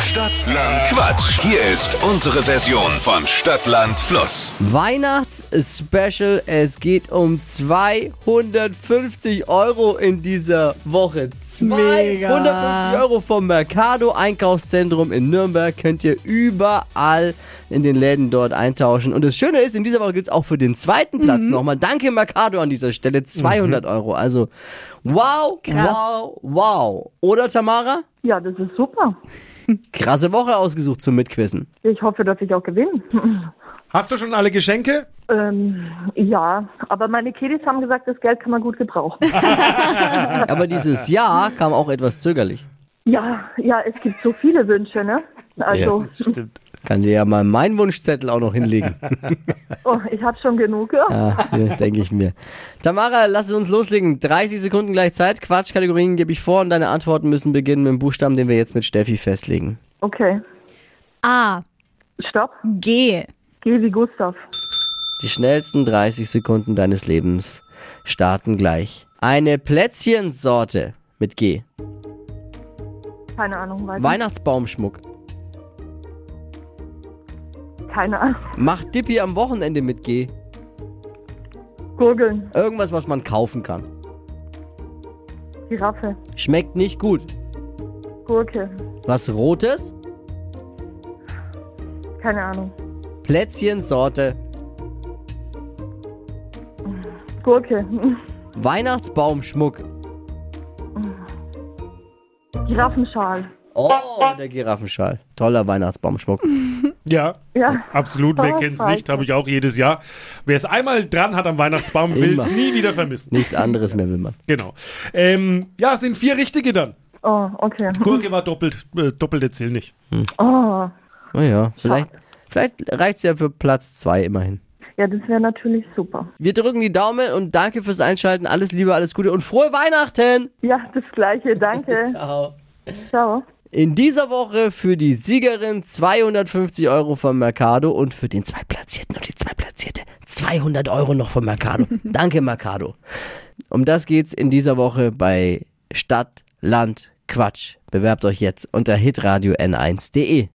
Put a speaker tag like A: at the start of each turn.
A: Stadtland Quatsch. Hier ist unsere Version von Stadtland Fluss.
B: Weihnachts-Special. Es geht um 250 Euro in dieser Woche.
C: Mega.
B: 250 Euro vom Mercado Einkaufszentrum in Nürnberg könnt ihr überall in den Läden dort eintauschen. Und das Schöne ist, in dieser Woche gibt's auch für den zweiten Platz nochmal. Danke Mercado an dieser Stelle. 200 Euro. Also wow, wow, wow. Oder Tamara?
D: Ja, das ist super.
B: Krasse Woche ausgesucht zum Mitquissen.
D: Ich hoffe, dass ich auch gewinne.
C: Hast du schon alle Geschenke?
D: Ähm, ja, aber meine Kiddies haben gesagt, das Geld kann man gut gebrauchen.
B: Aber dieses Jahr kam auch etwas zögerlich.
D: ja, ja, es gibt so viele Wünsche, ne? Also,
C: Stimmt.
B: Kann dir ja mal meinen Wunschzettel auch noch hinlegen.
D: oh, ich habe schon genug. Ja.
B: Ah, ja, denke ich mir. Tamara, lass es uns loslegen. 30 Sekunden gleich Zeit. Quatschkategorien gebe ich vor und deine Antworten müssen beginnen mit dem Buchstaben, den wir jetzt mit Steffi festlegen.
D: Okay,
E: A.
D: stopp.
E: G.
D: Geh wie Gustav.
B: Die schnellsten 30 Sekunden deines Lebens starten gleich. Eine Plätzchensorte mit G.
D: Keine Ahnung, weiter.
B: Weihnachtsbaumschmuck.
D: Keine Ahnung.
B: Macht Dippi am Wochenende mit G.
D: Gurgeln.
B: Irgendwas, was man kaufen kann.
D: Giraffe.
B: Schmeckt nicht gut.
D: Gurke.
B: Was Rotes?
D: Keine Ahnung.
B: Plätzchensorte.
D: Gurke.
B: Weihnachtsbaumschmuck.
D: Giraffenschal.
B: Oh, der Giraffenschal. Toller Weihnachtsbaumschmuck.
C: Ja.
D: Ja.
C: Absolut, wer
D: Oh,
C: kennt's
D: weiß
C: nicht, habe ich auch jedes Jahr. Wer es einmal dran hat am Weihnachtsbaum, will es
B: Immer.
C: nie wieder vermissen.
B: Nichts anderes mehr will man.
C: Genau. Ähm, ja, es sind vier richtige dann.
D: Oh, okay.
C: Gurke war doppelt, äh, doppelte Ziel nicht.
D: Oh.
B: Naja, vielleicht, vielleicht reicht's ja für Platz zwei immerhin.
D: Ja, das wäre natürlich super.
B: Wir drücken die Daumen und danke fürs Einschalten. Alles Liebe, alles Gute und frohe Weihnachten!
D: Ja, das gleiche. Danke.
B: Ciao.
D: Ciao.
B: In dieser Woche für die Siegerin 250 Euro vom Mercado und für den Zweitplatzierten und die Zweitplatzierte 200 Euro noch vom Mercado. Danke, Mercado. Um das geht's in dieser Woche bei Stadt, Land, Quatsch. Bewerbt euch jetzt unter hitradio n1.de.